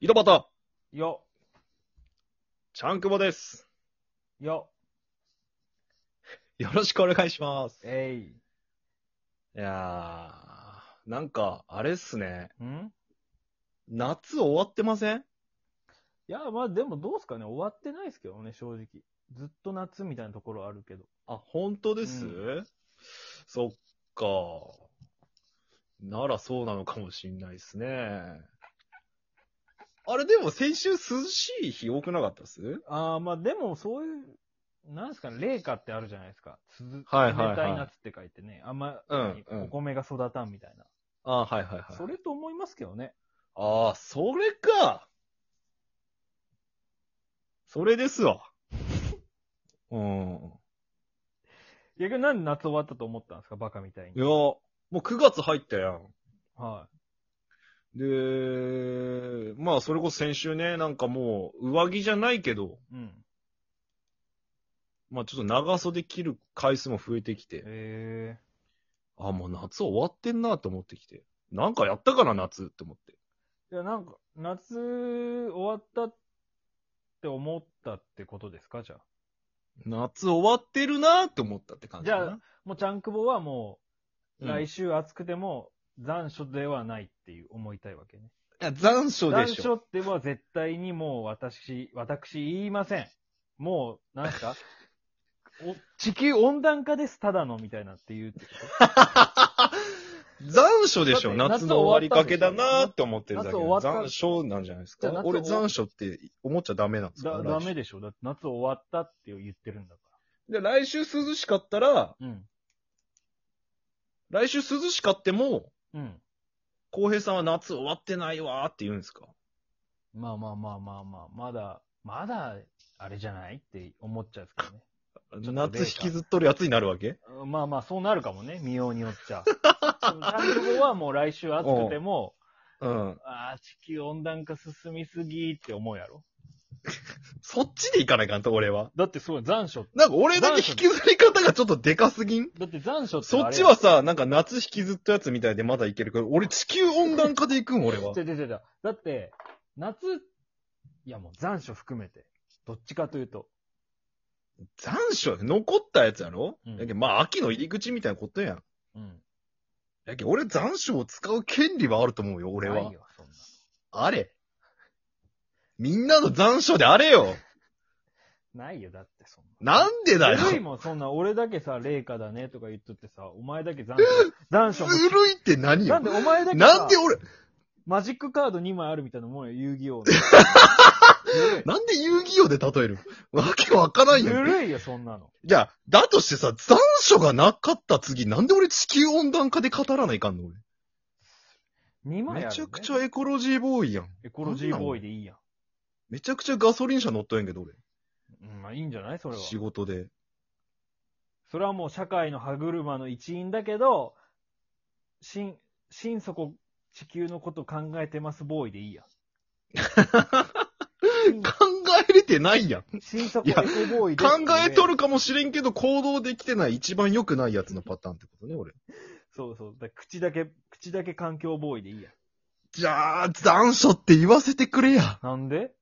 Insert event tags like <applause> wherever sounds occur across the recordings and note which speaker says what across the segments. Speaker 1: 井戸端、
Speaker 2: よ、
Speaker 1: ちゃんくぼです。
Speaker 2: よ、
Speaker 1: よろしくお願いします。い
Speaker 2: えい。
Speaker 1: やー、なんか、あれっすね。
Speaker 2: ん
Speaker 1: 夏終わってません
Speaker 2: いや、まあでもどうすかね、終わってないですけどね、正直。ずっと夏みたいなところあるけど。
Speaker 1: あ、本当です、
Speaker 2: う
Speaker 1: そっか。ならそうなのかもしんないですね。あれでも先週涼しい日多くなかったっす
Speaker 2: ああ、まあでもそういう、なんですかね、冷夏ってあるじゃないですか。つづ
Speaker 1: はいはいはい
Speaker 2: 冷たい夏って書いてね、あんま、
Speaker 1: うんうん
Speaker 2: お米が育たんみたいな。
Speaker 1: あはいはいは
Speaker 2: それと思いますけどね。
Speaker 1: ああ、それか。それです <laughs> わ。うん。
Speaker 2: いや、けどなんで夏終わったと思ったんですか、バカみたい
Speaker 1: い
Speaker 2: に。
Speaker 1: や、もう9月入ったやん。
Speaker 2: は
Speaker 1: で、まあ、それこそ先週ね、なんかもう、上着じゃないけど、
Speaker 2: い。うん。
Speaker 1: まあ、ちょっと長袖着る回数も増えてきて、
Speaker 2: ええ
Speaker 1: あ、もう夏終わってんなと思ってきて、なんかやったかな、夏って思って。
Speaker 2: いや、なんか、夏終わったって思ったってことですか、じゃあ。
Speaker 1: 夏終わってるなって思ったって感じかな。
Speaker 2: じゃあもう、ちゃんくぼはもう、
Speaker 1: うん、
Speaker 2: 来
Speaker 1: い
Speaker 2: 週暑くても残暑ではないっていう思いたいわけね。
Speaker 1: や残暑で
Speaker 2: 残
Speaker 1: しょ。
Speaker 2: 暑っては絶対にもう私、私言いません。もう、なん
Speaker 1: <laughs>
Speaker 2: すかお地球温暖化です、ただの、みたいなっていうってこ
Speaker 1: <laughs> 残暑でしょ。
Speaker 2: だって
Speaker 1: 夏の終わりかけだなって思ってるだけ
Speaker 2: 夏
Speaker 1: で
Speaker 2: 終わった
Speaker 1: 残暑なんじゃないです
Speaker 2: じゃあ
Speaker 1: か。
Speaker 2: 夏
Speaker 1: 俺
Speaker 2: 終わ
Speaker 1: 残暑って思っちゃダメなんです
Speaker 2: と
Speaker 1: か
Speaker 2: だダメ
Speaker 1: で。
Speaker 2: でしょ。だって夏終わったって言ってるんだか
Speaker 1: で、来週涼しかったら、
Speaker 2: ら。うん。
Speaker 1: 来週涼しかっても、
Speaker 2: うん。
Speaker 1: 浩平さんは夏終わってないわーって言うんですか
Speaker 2: まあまあまあまあまあ、まだ、まだ、あれじゃないって思っちゃうんです
Speaker 1: <laughs>
Speaker 2: けどね。と冷夏
Speaker 1: 夏引きずっとるやつになるわけ
Speaker 2: うんまあまあ、そうなるかもね、見ようによっち
Speaker 1: <laughs>
Speaker 2: ゃ。ちゃんくぼはもう来週暑くても、
Speaker 1: うん。
Speaker 2: ああ、地球温暖化進みすぎって思うやろ
Speaker 1: そっちで行かないかんと、俺は。
Speaker 2: だってそう、残暑。
Speaker 1: なんか俺だけ引きずり方がちょっとでかすぎん
Speaker 2: だって残暑って
Speaker 1: そ
Speaker 2: あ
Speaker 1: っ
Speaker 2: れ
Speaker 1: ちは、さ、なんか夏引きずったやつみたいでまだいけるけど、俺地球温暖化で行くん、俺は
Speaker 2: <laughs> ち。ょちょちょちょだって、夏、いやもう残暑含めて、どっちかというと、
Speaker 1: 残暑や残ったやつやろ、
Speaker 2: うん
Speaker 1: やけんまあ秋の入り口みたいなことやん。
Speaker 2: うん。
Speaker 1: やけん俺残暑を使う権利はあると思うよ、俺
Speaker 2: な。
Speaker 1: はい
Speaker 2: よ、そんな。
Speaker 1: あれ。みんなの残暑であれよ。
Speaker 2: ないよ、だってそんな。
Speaker 1: なんでだよ。
Speaker 2: ずるいもん、そんな、俺だけさ、冷夏だねとか言っとってさ、お前だけ残暑。残
Speaker 1: ず
Speaker 2: 暑も。
Speaker 1: るいって何
Speaker 2: なん
Speaker 1: よ。
Speaker 2: でお前だけさ
Speaker 1: なんで俺、
Speaker 2: マジックカード2枚あるみたいなもんよ、遊戯
Speaker 1: <laughs>
Speaker 2: 王の。ずるい
Speaker 1: なんで遊戯王で例えるわけわからん
Speaker 2: ず
Speaker 1: よ。
Speaker 2: るいよ、そんなの。
Speaker 1: じゃあ、だとしてさ、残暑がなかった次、なんで俺地球温暖化で語らないかんの俺。
Speaker 2: 2枚ある、ね。
Speaker 1: めちゃくちゃエコロジーボーイやん。
Speaker 2: エコロジーボーイでいいやん。
Speaker 1: めちゃくちゃガソリン車乗っとんやんけど、俺。
Speaker 2: うん、まあいいんじゃないそれは。
Speaker 1: 仕事で。
Speaker 2: それはもう社会の歯車の一員だけど、心、心底地球のこと考えてますボーイで
Speaker 1: <laughs>
Speaker 2: いいや。心
Speaker 1: 考えれてないやん。
Speaker 2: 心底エコボーイで
Speaker 1: 考
Speaker 2: っていうね。
Speaker 1: えとるかもしれんけど、行動できてない一番良くないやつのパターンってことね、俺。
Speaker 2: そうそう。だから口だけ、口だけ環境ボーイでいいや。
Speaker 1: じゃあ、残暑って言わせてくれや。
Speaker 2: なんで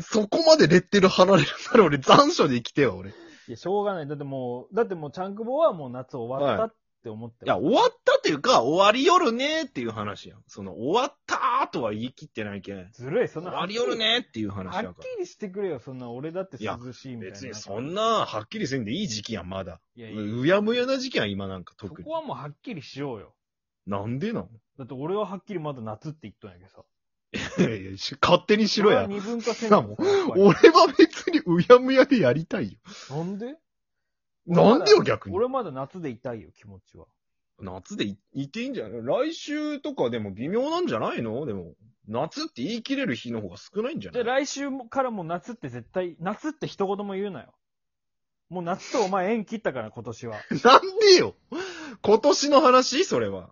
Speaker 1: そこまでレッテル貼られるなら俺残暑で生きてよ、俺。い
Speaker 2: いや、しょうがない。だってもう、だってもうチャンクボはもう夏終わったって思ってる、
Speaker 1: や、終わったというか、終わりよるねっていう話やん。その、終わったーとは言い切ってないけん。
Speaker 2: ずるい、そん
Speaker 1: 終
Speaker 2: な。
Speaker 1: わりよる。ねっていう話
Speaker 2: は
Speaker 1: や
Speaker 2: っ
Speaker 1: から。
Speaker 2: きりしてくれよ、そんな。俺だって涼しいみたいな。
Speaker 1: 別にそん。な、はっきりせんでいい時期やん、まだ。
Speaker 2: いやいや、
Speaker 1: うやむやな時期やん、今なんか
Speaker 2: そ
Speaker 1: 特に
Speaker 2: こ。はもうはっきりしようよ。
Speaker 1: なんでなん
Speaker 2: だって俺ははっきりまだ夏って言っとんやけどさ。
Speaker 1: いやいやし勝手にしろ
Speaker 2: そ
Speaker 1: や。
Speaker 2: れは二分化せんの
Speaker 1: なもん
Speaker 2: やっぱり
Speaker 1: 俺は別にうやむやでやりたいよ。
Speaker 2: なんで
Speaker 1: なんでよ、逆に。
Speaker 2: 俺まだ夏でいたいよ、気持ちは。
Speaker 1: 夏でいいていいんじゃない来週とかでも微妙なんじゃないのでも、夏って言い切れる日の方が少ないんじゃ
Speaker 2: じゃあ
Speaker 1: ない
Speaker 2: 来週もからもう夏って絶対、夏って一言も言うなよ。もう夏とお前縁切ったから今年は。
Speaker 1: なんでよ今年の話それは。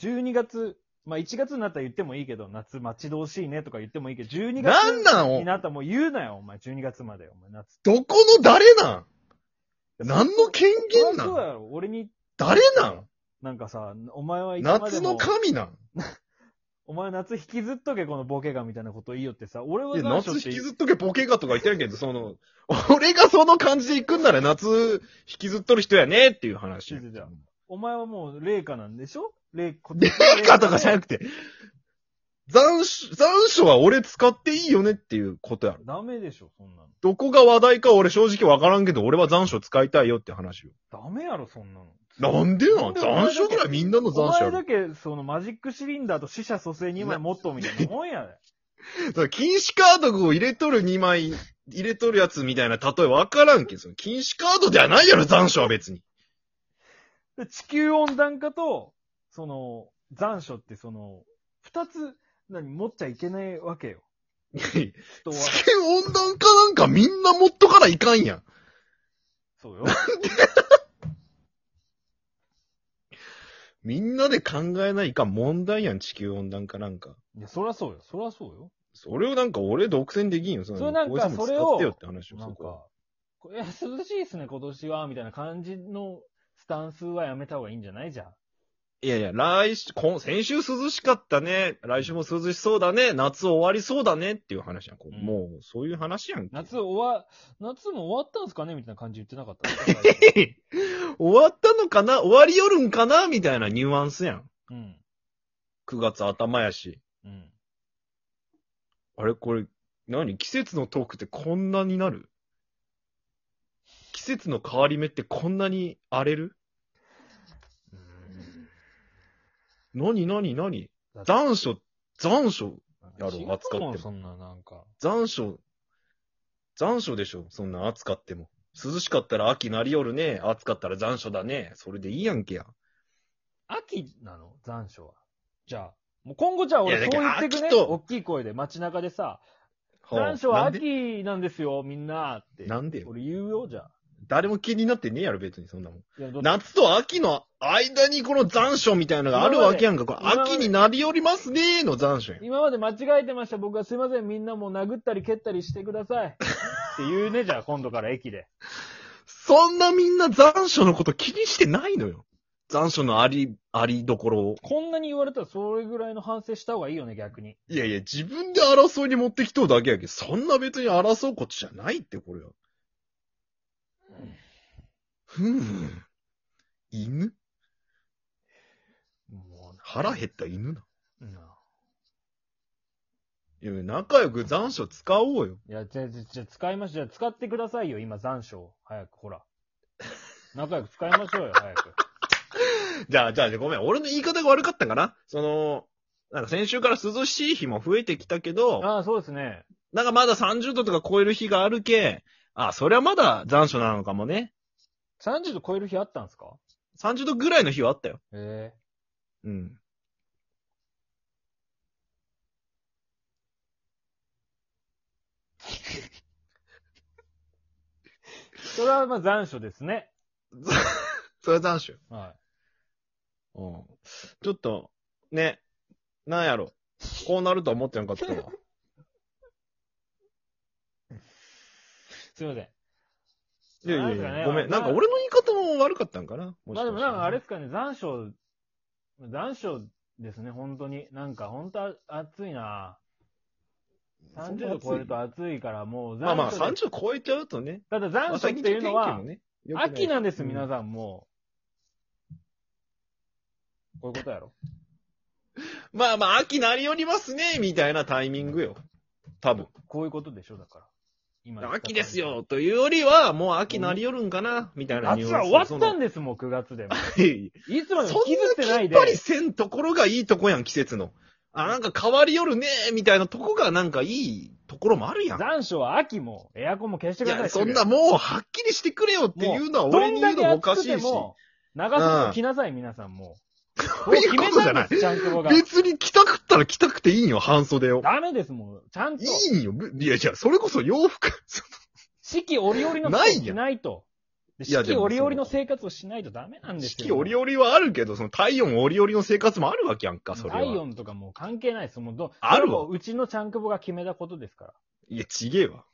Speaker 2: 12月、まあ1月になったら言ってもいいけど、夏待ち遠しいねとか言ってもいいけど、12月
Speaker 1: なんなん
Speaker 2: になったらもう言うなよ、お前。12月まで、お前夏って。
Speaker 1: どこの誰なん何の権限な
Speaker 2: そりゃそうや
Speaker 1: ん
Speaker 2: ろ、俺に、
Speaker 1: 誰なん
Speaker 2: なんかさ、お前はいつまで
Speaker 1: 夏の
Speaker 2: も、
Speaker 1: 神なん
Speaker 2: お前夏引きずっとけ、このボケがみたいなこと言いよってさ、俺は
Speaker 1: で
Speaker 2: 残暑
Speaker 1: 夏
Speaker 2: って
Speaker 1: 引きずっとけボケがとか言ってるけど、その、 <laughs> 俺がその感じで行くんなら夏引きずっとる人やねっていう話。
Speaker 2: 引きずってたお前はもう、霊下なんでしょ霊、こ
Speaker 1: でかとかじゃなくて、残暑、残暑は俺使っていいよねっていうことやろ。
Speaker 2: ダメでしょ、そんなの。
Speaker 1: どこが話題か俺正直わからんけど、俺は残暑使いたいよって話よ。
Speaker 2: ダメやろ、そんなの。
Speaker 1: なんでなん残暑ぐらいみんなの
Speaker 2: お
Speaker 1: 残暑
Speaker 2: 前
Speaker 1: やろ
Speaker 2: だ。け、そのマジックシリンダーと死者蘇生2枚持っとうみたいなもんやで。
Speaker 1: だから禁止カードを入れとる2枚、入れとるやつみたいな例えわからんけど、その禁止カードではないやろ、残暑は別に。
Speaker 2: で地球温暖化と、その、残暑ってその、二つ、何、持っちゃいけないわけよ。
Speaker 1: 地
Speaker 2: 人は。
Speaker 1: 球温暖化なんかみんな持っとかないかんやん。
Speaker 2: そうよ。
Speaker 1: みんなで考えないかん問題やん、地球温暖化なんか。
Speaker 2: いや、そらそうよ。そらそうよ。
Speaker 1: それをなんか俺独占できんよ。そ
Speaker 2: それなんか
Speaker 1: こいつも
Speaker 2: それを
Speaker 1: 使ってよって話を
Speaker 2: なんか、これ涼しいですね、今年は、みたいな感じのスタンスはやめた方がいいんじゃないじゃん。
Speaker 1: いやいや、来週、今先週涼しかったね。来週も涼しそうだね。夏終わりそうだねっていう話やん。こう
Speaker 2: うん
Speaker 1: もう、そういう話やんけ。
Speaker 2: 夏終わ、夏も終わったんすかねみたいな感じ言ってなか
Speaker 1: <laughs>
Speaker 2: った。
Speaker 1: 終わったのかな終わりよるんかなみたいなニュアンスやん。
Speaker 2: うん。
Speaker 1: 9月頭やし。
Speaker 2: うん。
Speaker 1: あれこれ、何季節のトークってこんなになる季節の変わり目ってこんなに荒れる何何何
Speaker 2: だって
Speaker 1: 残暑、残暑、やろ
Speaker 2: 違う
Speaker 1: 扱って
Speaker 2: も
Speaker 1: も
Speaker 2: んそんな、なんか。
Speaker 1: 残暑、残暑でしょそんな暑かっても。涼しかったら秋なりよるね。暑かったら残暑だね。それでいいやんけや。
Speaker 2: 秋なの残暑は。じゃあ、もう今後じゃあ
Speaker 1: い
Speaker 2: 俺
Speaker 1: や
Speaker 2: そ
Speaker 1: だ
Speaker 2: う
Speaker 1: けど
Speaker 2: 言ってくね。
Speaker 1: 秋と
Speaker 2: 大きい声で街中でさ、
Speaker 1: ほう
Speaker 2: 残暑は
Speaker 1: なんで
Speaker 2: 秋なんですよ、みんなって。
Speaker 1: なんでよ
Speaker 2: 俺言うよ、じゃあ。
Speaker 1: 誰も気になってねえやろ、別にそんなもん。
Speaker 2: いやだって
Speaker 1: 夏と秋の間にこの残暑みたいなのがあるわけやんか。これ
Speaker 2: 今まで
Speaker 1: 秋になりよりますねーの残暑やん。
Speaker 2: 今まで間違えてました。僕はすいません。みんなもう殴ったり蹴ったりしてくだ
Speaker 1: <laughs>
Speaker 2: さい。って言うね、じゃあ今度から駅で。
Speaker 1: そんなみんな残暑のこと気にしてないのよ。残暑のあり、ありどころを。
Speaker 2: こんなに言われたらそれぐらいの反省した方がいいよね、逆に。
Speaker 1: いやいや、自分で争いに持ってきとうだけやけど、そんな別に争うことじゃないって、これは。ふーん。犬
Speaker 2: もう
Speaker 1: 腹減った犬な。
Speaker 2: な。ない
Speaker 1: や、仲良く残暑使おうよ。
Speaker 2: いや、じゃあ、じゃあじゃあ使いましょう。じゃあ使ってくださいよ、今、残暑を。早く、ほら。 <laughs> 仲良く使いましょうよ、早く。
Speaker 1: じゃあ、じゃあ、ごめん。俺の言い方が悪かったんかなその、なんか先週から涼しい日も増えてきたけど、
Speaker 2: ああ、そうですね。
Speaker 1: なんかまだ30度とか超える日があるけ、あ、そりゃまだ残暑なのかもね。
Speaker 2: 30度超える日あったんですか
Speaker 1: 30度ぐらいの日はあったよ。
Speaker 2: え
Speaker 1: うん。
Speaker 2: えそれはまあ残暑ですね。
Speaker 1: それは残暑よ。
Speaker 2: は
Speaker 1: うん。ちょっと、ね、なんやろ。こうなるとは思ってなかった
Speaker 2: <laughs>
Speaker 1: わ。
Speaker 2: い。すいません。
Speaker 1: いやいやい
Speaker 2: なんかね
Speaker 1: や、ごめん。なんか俺の言い方も悪かったんかなもし
Speaker 2: まあでも
Speaker 1: したら
Speaker 2: なんかあれですかね、残暑、残暑ですね、本当に。なんか本当あ暑いな30度超えると暑いからもう
Speaker 1: まあまあ、
Speaker 2: 残暑です。
Speaker 1: 30超えちゃうとね。
Speaker 2: ただ残暑っていうのは、秋なんです、皆
Speaker 1: ん。
Speaker 2: さんもう。こういうことやろ。
Speaker 1: まあまあ、秋なりよりますね、みたいなタイミングよ。多分。
Speaker 2: こういうことでしょ、だから。今言った
Speaker 1: 秋ですよ、というよりは、もう秋なりよるんかな、みたいな
Speaker 2: 感
Speaker 1: ニ
Speaker 2: じ。
Speaker 1: ュ
Speaker 2: 夏
Speaker 1: ア
Speaker 2: は
Speaker 1: ンス。
Speaker 2: 終わったんです、もう9月でも。
Speaker 1: そのいやいや
Speaker 2: いつまで
Speaker 1: そ
Speaker 2: <laughs> も
Speaker 1: ん
Speaker 2: 引きずってな
Speaker 1: ないきっ
Speaker 2: で。
Speaker 1: ぱりせんところがいいとこやん、季節の。あ、なんか変わりよるね、みたいなとこがなんかいいところもあるやん。
Speaker 2: 残暑は秋も、エアコンも消して
Speaker 1: い
Speaker 2: くださ
Speaker 1: や、
Speaker 2: い。
Speaker 1: そんなもうはっきりしてくれよっていうのは
Speaker 2: ど
Speaker 1: 俺に
Speaker 2: ん
Speaker 1: 言うの
Speaker 2: だけ
Speaker 1: もお
Speaker 2: 暑
Speaker 1: か
Speaker 2: く
Speaker 1: し
Speaker 2: て
Speaker 1: いし。
Speaker 2: も、長袖を着なさい、皆さんもう。
Speaker 1: ういうことじゃない
Speaker 2: こう決めたんですちゃんと僕は
Speaker 1: 別に着たくったら着たくていいんよ、半袖を。
Speaker 2: ダメです、もう。ちゃんと、
Speaker 1: いいんよ。ぶいや、じゃあ、それこそ洋服。そ
Speaker 2: 四季折々の
Speaker 1: ない
Speaker 2: 服
Speaker 1: や
Speaker 2: を
Speaker 1: ん
Speaker 2: 着ないと。で
Speaker 1: いや
Speaker 2: 四
Speaker 1: で
Speaker 2: 季
Speaker 1: も
Speaker 2: 折々の生活をしないとダメなん
Speaker 1: の
Speaker 2: です
Speaker 1: 四
Speaker 2: よ。
Speaker 1: 季折々はあるけど、その体温折々の生活もあるわけやんか、それは。
Speaker 2: 体温とかもう関係ないです。もうど、
Speaker 1: あるわ
Speaker 2: それはもううちのちゃんくぼが決めたことですか
Speaker 1: いや、ちげえわ。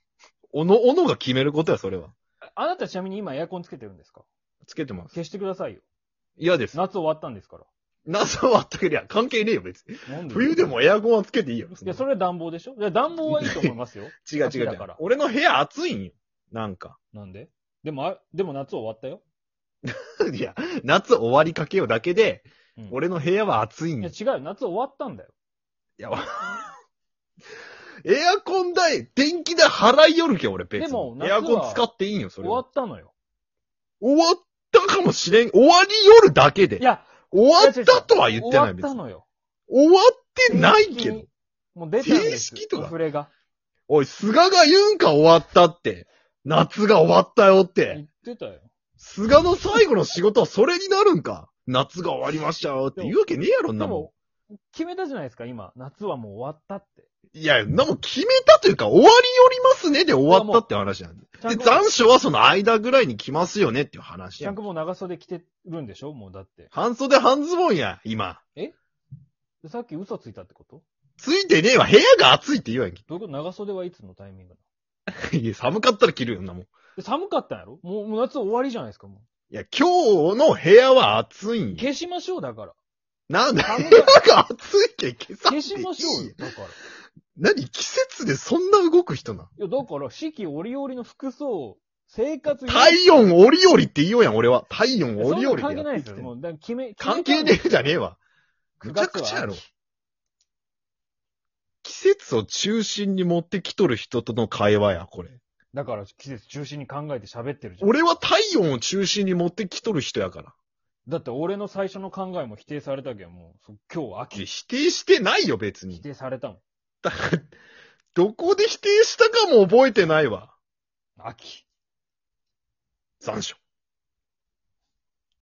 Speaker 1: おの、おのが決めることや、それは。
Speaker 2: ら。あなたちなみに今エアコンつけてるんですか
Speaker 1: つけてます。
Speaker 2: 消してくださいよ。
Speaker 1: 嫌です。
Speaker 2: 夏終わったんですから。
Speaker 1: 夏はあったけりゃ関係ねえよ、別に。
Speaker 2: なんで
Speaker 1: 冬でもエアコンはつけていいやろ、そん
Speaker 2: い
Speaker 1: な
Speaker 2: や、それ暖房でしょいや、暖房はいいと思いま
Speaker 1: <laughs>
Speaker 2: すよ。
Speaker 1: 違う違う違
Speaker 2: だ
Speaker 1: う
Speaker 2: から。
Speaker 1: 俺の部屋暑いんよ。なんか。 <laughs>
Speaker 2: なんででも、あ、でも夏終わったよ。
Speaker 1: いや、夏終わりかけようだけで、
Speaker 2: うん
Speaker 1: 俺の部屋は暑いん
Speaker 2: いや、
Speaker 1: よ。
Speaker 2: 違うよ。夏終わったんだよ。
Speaker 1: いや、わエアコン代、電気代払いよるけん、俺、別に。
Speaker 2: でも夏
Speaker 1: エ
Speaker 2: は
Speaker 1: アコン使っていいんよ、そ
Speaker 2: 終
Speaker 1: れ
Speaker 2: わ
Speaker 1: は。
Speaker 2: ったのよ。
Speaker 1: 終わったかもしれん。終わりよるだけで。
Speaker 2: いや、
Speaker 1: 終わったとは言って
Speaker 2: 終
Speaker 1: な
Speaker 2: わ
Speaker 1: い、
Speaker 2: っ
Speaker 1: 別
Speaker 2: た
Speaker 1: に。
Speaker 2: のよ。
Speaker 1: 終わってないけ
Speaker 2: 正式
Speaker 1: ど
Speaker 2: に。。もう出たんです。
Speaker 1: 正式とか
Speaker 2: 溢れが。
Speaker 1: おい、菅が言うんか終わったって。夏が終わったよっ
Speaker 2: 言
Speaker 1: て。
Speaker 2: ってたよ。
Speaker 1: 菅の最後の仕事はそれになるんか。夏が終わりましたよって言うわけねえやろ、ん
Speaker 2: で
Speaker 1: なもん
Speaker 2: も。、決めたじゃないですか、今。夏はもう終わったって。
Speaker 1: いや、なもん決めたというか、終わりよりますねで終わったって話なんで。
Speaker 2: ちゃん
Speaker 1: で、
Speaker 2: と、
Speaker 1: 残暑はその間ぐらいに来ますよねっていう話
Speaker 2: ちゃ
Speaker 1: や
Speaker 2: ん。ともう長袖着てるんでしょもうだって。
Speaker 1: 半袖半ズボンや、今。
Speaker 2: でさっき嘘ついたってこと
Speaker 1: ついてねえわ、部屋が暑いって言うやんけ。
Speaker 2: どういうこと長袖はいつのタイミングなの
Speaker 1: いや、寒かったら着るよんなもん。い
Speaker 2: で寒かったんやろもうもう夏終わりじゃないですか、も
Speaker 1: や、今日の部屋は暑いん
Speaker 2: う。
Speaker 1: や。
Speaker 2: 消しましょう、
Speaker 1: <laughs>
Speaker 2: だから。
Speaker 1: なんだ、
Speaker 2: 寒
Speaker 1: 部
Speaker 2: か
Speaker 1: 屋が暑いけん消さんでい
Speaker 2: 消
Speaker 1: い
Speaker 2: しましょうよ、だから。
Speaker 1: 何季節でそんな動く人なん
Speaker 2: いや、だから、四季折々の服装、生活
Speaker 1: 体温折々って言おうやん、俺は。体温
Speaker 2: そん
Speaker 1: 折
Speaker 2: なの
Speaker 1: 々
Speaker 2: 関
Speaker 1: で
Speaker 2: 係な
Speaker 1: や
Speaker 2: い
Speaker 1: ってき
Speaker 2: です
Speaker 1: てん
Speaker 2: よ。もう、だから決め、
Speaker 1: 関係ねえじゃねえわ。むちゃくちゃやろ
Speaker 2: 九月は秋。
Speaker 1: 季節を中心に持ってきとる人との会話や、これ。
Speaker 2: だから、季節中心に考えて喋ってるじゃん。
Speaker 1: 俺は体温を中心に持ってきとる人やから。
Speaker 2: だって、俺の最初の考えも否定されたけど、もう、そ今日はい
Speaker 1: や
Speaker 2: 秋。
Speaker 1: 否定してないよ、別
Speaker 2: 否
Speaker 1: に。
Speaker 2: 定されたもん。
Speaker 1: どこで否定したかも覚えてないわ。
Speaker 2: 秋。
Speaker 1: 残暑。